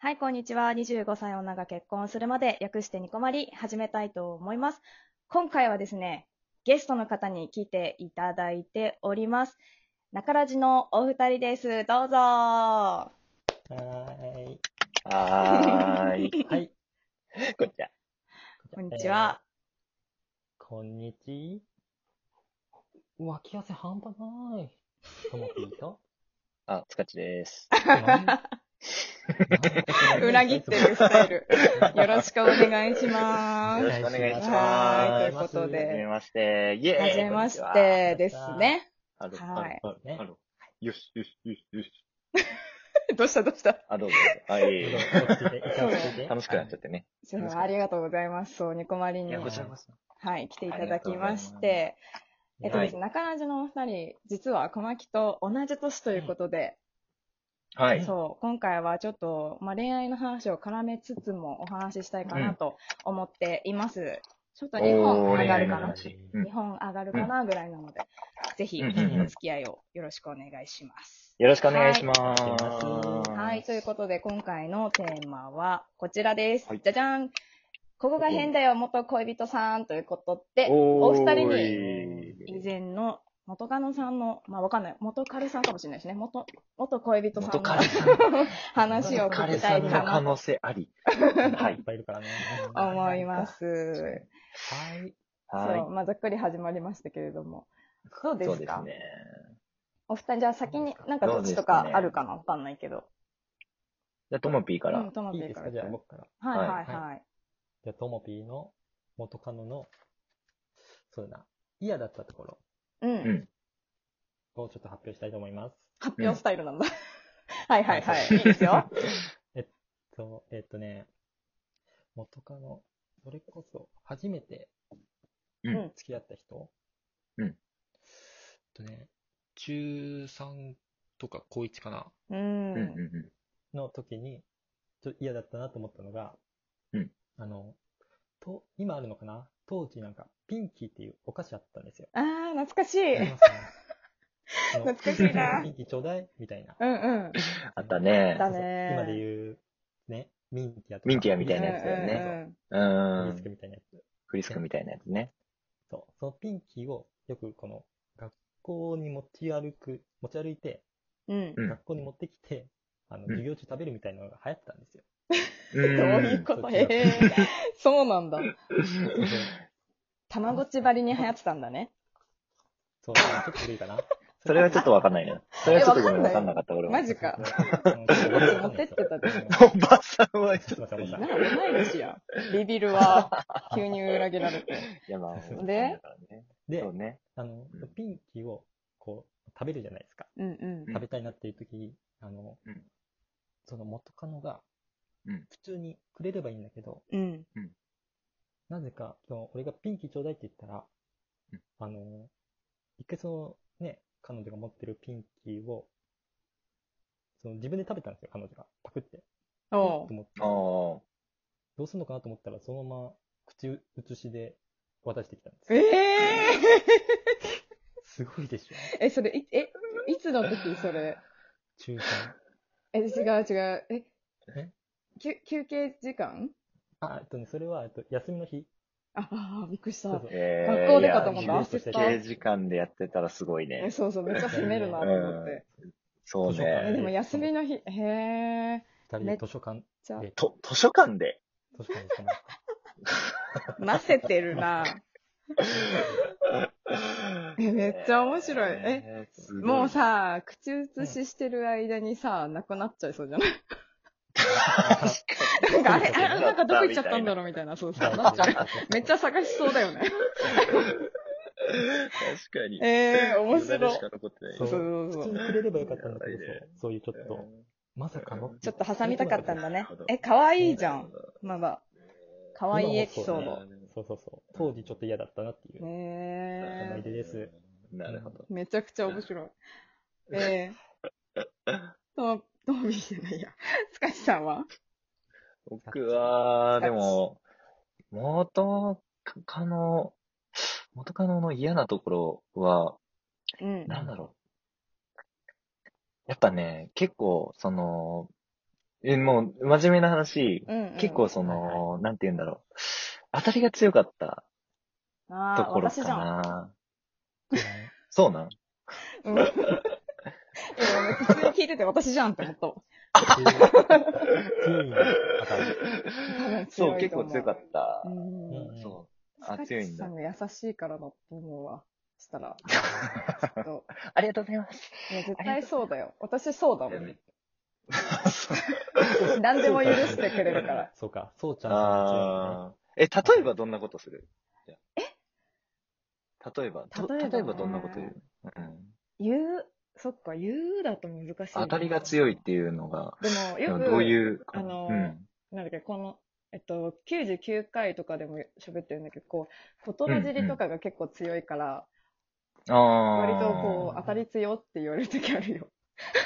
はい、こんにちは。25歳女が結婚するまで略してニコマリ始めたいと思います。今回はですね、ゲストの方に来ていただいております。中ラジのお二人です。どうぞ。ははーい。はーい。はい。こんにちは。 こんにちはえー。こんにちは。脇汗半端ない。ともき ーと。あ、つかちです。裏切ってるスタイル。よろしくお願いしまよす。ろしくお願いしはまい、ということす。はじでめ、まして。イェーイ。はじめましてですね。こんにちは。はいあの、あの、あのよし、よし、よし、よし。どうしたどうしたあ、どうぞ。はど うぞい。落ち着いて落ち着いて楽しくなっちゃってね。そうありがとうございます。そう、ニコマリいにや、ごこめんちらこそ。はい、来ていただきましありがとうございて、えっとはでいすね、中ラジのお二人、実は小牧と同じ年ということで、はうんい。そう、今回はちょっと、まあ、恋愛の話を絡めつつもお話ししたいかなと思っています。ちょっと2本おー上がるか恋愛のな話うん2本上がるかなぐらいなので、ぜひ、うんうんうんお付き合いをよろしくお願いします。よろしくお願いしまはす。いはい、ということで今回のテーマはこちらです。はいじゃじゃんここが変だよ、元恋人さんということで、おお二人にに以前の元カノさんの、まあわかんない、元カレさんかもしれないしね、元、元恋人さん元のカレさん。話をカ聞レきたさいんの可かな能性あり。は。はいいいっ。ぱいいるからね。と思いま。す。はい。そはう、まあざっくり始まりましたけれども。どうい。でそうすですかね。お二人、じゃあ先になんかどどうっですちかとねかあるかなわかんないけど。じゃあ、ともぴーかうらん、。トマピいいーでかすらかじゃあ僕から。はいははいいはい。じゃあ、ともぴーの元カノの、そうだな、嫌だったところううんん。をちょっと発表したいと思います。発表スタイルなんだ。 はいはいはい。いいですよ。そう、えっとね、元カノ、それこそ、初めてうん付き合った人、うんえっとね、13とか高1かなううんんうん。うの時に、ちょっと嫌だったなと思ったのが、うんあの、と、今あるのかな当時なんか、ピンキーっていうお菓子あったんですよ。あー、懐かしい。ありうますねあの懐かしいなピンキーちょうだいみたいな。んうん。ん。あったね。だね今で言う、ね、ミンティアとか。ミンティアみたいなやつだよねね。うそうミんス。クみたいなやつ。フリスクみたいなやつね。そう。そのピンキーをよくこの学校に持ち歩く、持ち歩いて、うん。うん学校に持ってきて、あの、うん授業中食べるみたいなのが流行ってたんです よ。どうどういうことうんへえ。 そうなんだ。でたまごっちばりに流行ってたんだね。そう、ちょっと古いかな。それはちょっとわかんないな。それはちょっとごめん、えわわかかんんななかった、俺も。マジか あのちょっとわかんないですよ持ってってたおばさんはちょっと。おばさなんんかうまいですやん。ビビるわ。急に裏切られて。いや、まあ、ででそう、ね。あのうん、ピンキーを、こう、食べるじゃないですか。うんうんうん食べたいなっていう時に、あのうん、その元カノがうん、普通にくれればいいんだけど、うん。なぜか、その俺がピンキーちょうだいって言ったらうん、あの、一回そのね、彼女が持ってるピンキーを、その自分で食べたんですよ、彼女が。パクって。おうと。思ってああ。どうするのかなと思ったら、そのまま口移しで渡してきたんですえよ。えすごいでしょー、 え、それ、い、え、いつの時それ。中3。え、違う違う。え、えきゅ休憩時間あ、えっとね、それは、えっと、休みの日。ああー、びっくりしそうた。そうえー学校でかと思っいた。や自焦っ分たと。休憩時間でやってたらすごいえ、ね。そうそう、めっちゃ攻めるなと思って。そう図書館え、でね。も休みの日、へえ。二人で図書館じゃあで、と、図書館で。図書館でしかない。ませてるな。え、めっちゃ面白い。え、えー、すごいもう、さ、口移ししてる間にさ、なくなっちゃいそうじゃない確かなにんかあれ、あれ、なんかどこ行っちゃったんだろうみたい な、そうそう、なっちゃう。 めっちゃ探しそうだよね。 確かに。ええー、面無駄白でいしか。残ってないそそううそう普そ通う。にくれればよかった んだけど、いいそねうそういうちょっと、まさかの。ちょっと挟みたかったんだねなるほど。え、可愛いじゃん。。まだ。可愛いエピソー今ドも。そうそうそう。当時ちょっと嫌だったなっていう。え思いえ出です。なるほど。ー、めちゃくちゃ面白い。えー、と、ともみじゃないや。つかしさんは僕は、タッチでも、元カノ、元カノの嫌なところは、うん。なんだろう。やっぱね、結構、その、え、もう、真面目な話、うん、うん。結構その、なんて言うんだろう。当たりが強かったあーところ私かじゃん。な。知らないそう なんうん いや俺普通に聞いてて私じゃんって思ったもん。強いんだ。当たり。 多分そ強う、い結と思構強かったう。ん。うんそう。あ塚強い地んださんが優しいからだと思うわ。した ら。ちょっとありがとう ございます。い や、絶対そうだよ。私そうだもいやめん。 何でも許してくれる から。そうか、そうちゃんさんが強いんだね。ああ。え、例えばどんなことするえ例えば、ど例えばね例えばどんなこと言ううん。言う、そっか、言うだと難しいな。当たりが強いっていうのが、でも、でよもく、どういう、あのうん。なんだっけ、この、えっと、99回とかでも喋ってるんだけど、こう、ことのじりとかが結構強いから、ああ割とこう、あー当たり強って言われる時あるよ。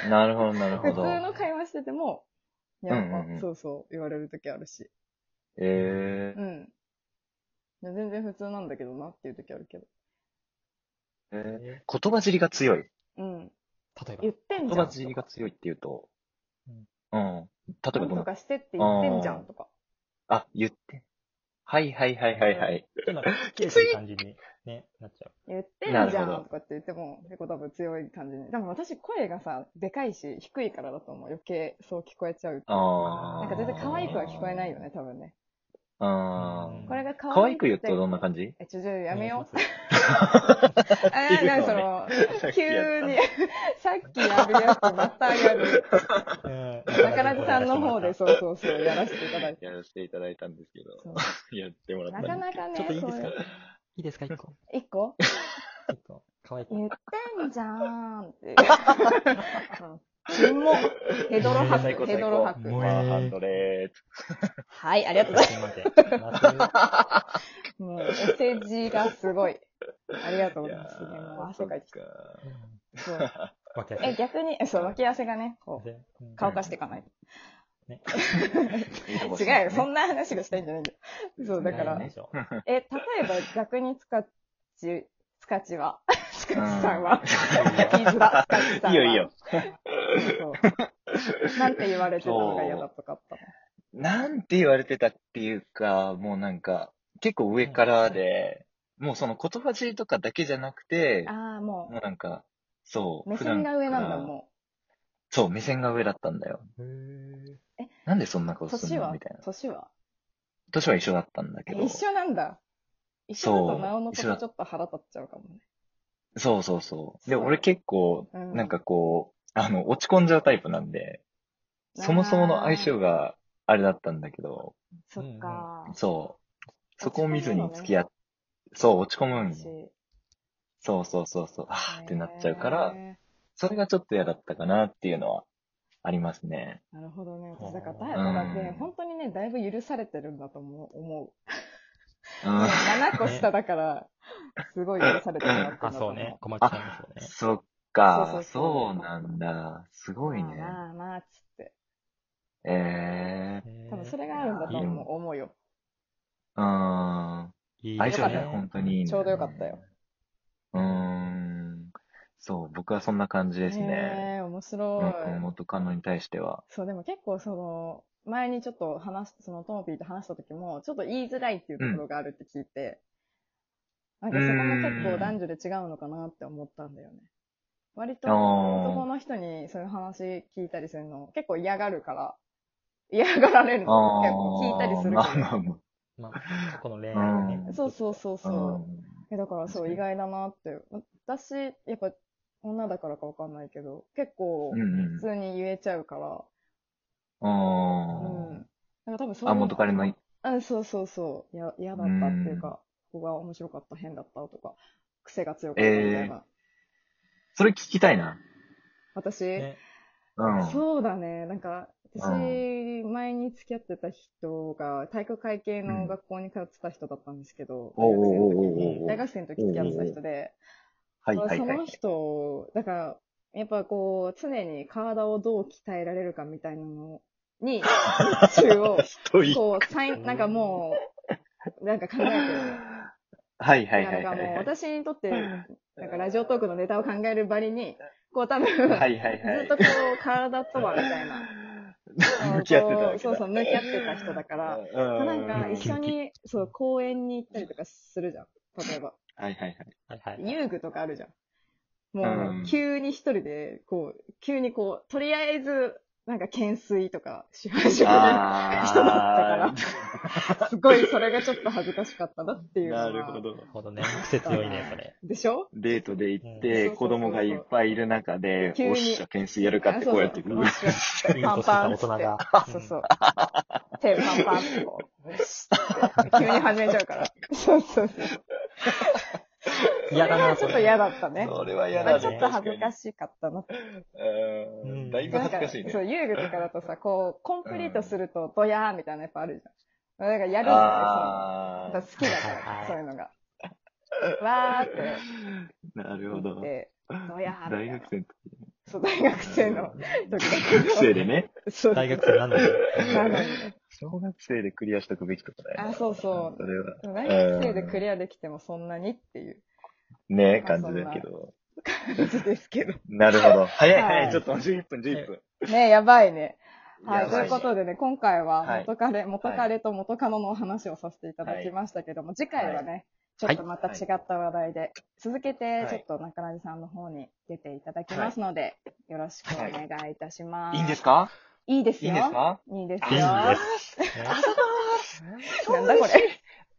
なるほど、なる普ほ通ど。の会話してても、いや、うんうんうんあそうそう、言われる時あるし。えうん。いや全然普通なんだけどなっていう時あるけど。ーえーえ言葉尻が強い。うん。例えば言っ。てん言じゃん葉と尻か。が強いっていうと、ううんん。例えばなんどんとな、かしてって言ってんじゃんとか。あ、言って。はいはいはいはいはい。ちょっとなんか、切れてる感じに、ね、なっちゃう。言ってんじゃなるほんどとかって言っても、結構多分強い感じに。でも私声がさ、でかいし、低いからだと思う。余計そう聞こえちゃう。あなあ。んか全然可愛くは聞こえないよね、多分ね。あうんあ。これが可愛い。可愛く言うとどんな感じえ、ちょ、ちょ、やめよお願いしう。え、なんかその、急に、 さっきやるやつまたやる。ます。うん中地さんの方で、。そうそうそう、やらせていただいて。やらせていただいたんですけどそうやってもらなかなかね、ちょっといいですかそういういいですか、一個。ち一個ょっと、可愛い。言ってんじゃーんって。うん。もヘドロ吐最く、高ヘ最ドロ高。吐もく。うワンハンドレート。はい、ありがとうござい100万点ラストます。もう、お世辞がすごい。ありがとうございます。やーもう汗かいてきそっかうんた。そうわけわかんなえ、い逆に、えそう、脇汗がね、こう、うん乾かしていかない。ねいいとこ違うよ、そんな話がしたいんじゃないんだよ。そう、だからない、でしょえ、例えば逆につかち、つかちは、つかちさ んは、ういいずら、つかちさんは。いいよいいよ。そう。なんて言われてたのが嫌だとかあったのなんて言われてたっていうか、もうなんか、結構上からで、もうその言葉尻とかだけじゃなくて、ああ、も、もうなんか、そうう。目線が上なんだ、ん。もそう、目線が上だったんだよ。へーなんでそんなこう。とする年のはみたいな。年は年は一緒だったんだけど。一緒なんだ。一緒だとなおのことちょっと腹立っちゃうかもね。そうそうそう。で、そう俺結構、うんなんかこう、あの、落ち込んじゃうタイプなんで、そもそもの相性があれだったんだけど、そっか。そう。そこを見ずに付き合っっ、そう、落ち込むたんよそうそうそうそう、あーってなっちゃうから、なそれがちょっと嫌だったかなっていうのはありますね。るほどね。ほ私、うだから、だからねう、ん本当にね、だいぶ許されてるんだと思う。思うう。もうん7個下だから、すごい許されてるなってあ、んだと思そうね。小牧さんもそうね。そっそうそかう、そうそうなんだ。すごいね。まあまあまあ、つって。ええへー多分それがあるんだといい思うの思うよ。うん。いい相性よね、かった本当にいいんだちょうどよかったよ。うーん。そう、僕はそんな感じですね。へえ、面う白い。ん、元カノに対しては。そう、でも結構その、前にちょっと話し、そのトモピーと話した時も、ちょっと言いづらいっていうところがあるって聞いて、なんかそこも結構男女で違うのかなって思ったんだよね。割とあー男の人にそういう話聞いたりするの結構嫌がるから、嫌がられるあのあ結構聞いたりするまあかまあままあ、過去の恋愛をね。ら。そうそうそうあ。そう。んえ、だからそう、確かに意外だなって。私、やっぱ女だからかわかんないけど、結構うんうん普通に言えちゃうから、あーうん。なんか多分そういうあ、元彼の、うん、そうそうそう。や、嫌だったっていうか、ここが面白かった、変だったとか、癖が強かったみたいな。それ聞きたいな。私、ねうん。そうだね。なんか、私、う前に付き合ってた人が、体育会系の学校に通ってた人だったんですけど、おうおうおうおうおう大学生の時大学生の時付き合ってた人で、はいはいそはのい。人、だから、やっぱこう、常に体をどう鍛えられるかみたいなのに、 日中を、ストイックこう、サイン、なんかもう、なんか考えてる。はいはいはなんいかはいもう、はい。私にとって、なんかラジオトークのネタを考えるばりに、こう多分、はいはいはい。ずっとこう、体とはみたいな。向き合ってたわけだそうそう、向き合ってた人だから。まあうなんか、うん一緒に、そう、公園に行ったりとかするじゃん。例えば。はいはいはい。はいはい。遊具とかあるじゃん。もうね、うん急に一人で、こう、急にこう、とりあえず、なんか、懸垂とかし始めるあ人だったから、 すごいそれがちょっと恥ずかしかったなっていうのは。なるほ。どなる。ほどね。癖強いね、それ。でしょデートで行っそうそうて、そう子供がいっぱいいる中で、急におっしゃ、懸垂やるかってこうやって、あそうそううっすいい年した大人が。そうそうう。手パンパンってこう、よしって急に始めちゃう から。そうそうそう。ん。嫌だな、ちょそっとれ。嫌だったね。それは嫌あだね。ちょっと恥ずかしい。しかったなって。うんだいぶなん恥か、ずかしいね。そう、遊具とかだとさ、こう、コンプリートすると、ドヤーみたいなやっぱあるじゃん。なんかやるんだよ、あそう。だから好きだかはいら、はいそういうのが。わーってーなるほ言っど。て、ドヤーみた大いな学。生のそう、大学生の時だ時。学生でね。そう大学生なんだけど。なのに 小学生でクリアしとくべきとかだよね。あそうそうそれは、でも大学生でクリアできてもそんなにっていうねまあ感じだけど。感じですけど。なるほど。早い早はいい。ちょっと11分、11分。ねやばいね。はい、やとばいうことでね、今回ははい元彼、元彼と元カノのお話をさせていただきましたけども、次回はね、ちょっとまた違った話題で、続けてはいちょっと中谷さんの方に出ていただきますので、よろしくお願いいたします。いいんですかいいですいいよ。んですか いいですいいよ。です。ねなんだこれ。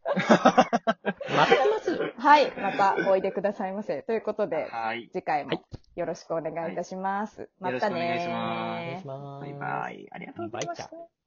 また来ます。はい、またおいでくださいませ。ということで、はい。次回はいもよろしくお願いいたします。はいまたねー。よろしくお願いしおます願いします。バイバイ。ありがとうございました。